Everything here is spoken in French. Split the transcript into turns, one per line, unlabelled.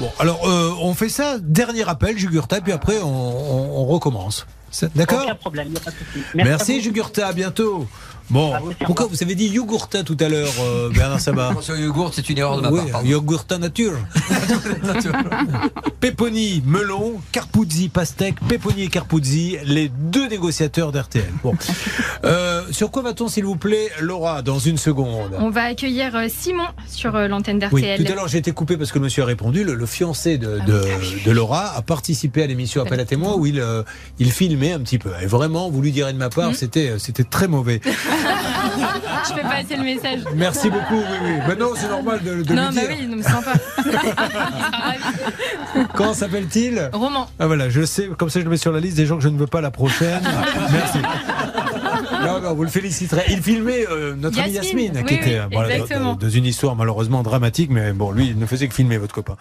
Bon, alors euh, on fait ça, dernier appel, Jugurta, puis après on, on- on recommence. C'est- D'accord
Aucun problème, il n'y a pas de souci. à
Merci
vous.
Jugurta, à bientôt. Bon,
À vous, au revoir.
pourquoi vous avez dit Jugurta tout à l'heure, euh, Bernard Sabat
Attention, yogourt, c'est une erreur de ma
Oui,
part. pardon.
Jugurta nature. Peponi, melon, Carpuzzi, pastèque, Peponi et Carpuzzi, les deux négociateurs d'RTL. Bon. Euh, sur quoi va-t-on, s'il vous plaît, Laura, dans une seconde
On va accueillir euh, Simon sur euh, l'antenne
Oui,
d'RTL.
tout à l'heure j'ai été coupé parce que le monsieur a répondu. Le, le fiancé
Ah
de, de- de Laura a participé à l'émission Appel à témoins où il, euh, il filmait un petit peu. Et vraiment, vous lui direz de ma
Mm.
part, c'était euh, c'était très mauvais.
Ah, Je fais passer le message.
Merci beaucoup. Oui, oui. Maintenant, c'est normal de, de le
non, bah
dire.
oui, il ne me sent pas. Il sera ravi.
Comment s'appelle-t-il
Roman,
Ah voilà, je le sais, comme ça je le mets sur la liste des gens que je ne veux pas la prochaine. Merci. Non, non, vous le féliciterez. Il filmait euh, notre ami
Yasmine.
Yasmine,
Oui,
qui était
oui,
euh, voilà, dans-
exactement.
dans, dans une histoire malheureusement dramatique, mais bon, lui, il ne faisait que filmer votre copain.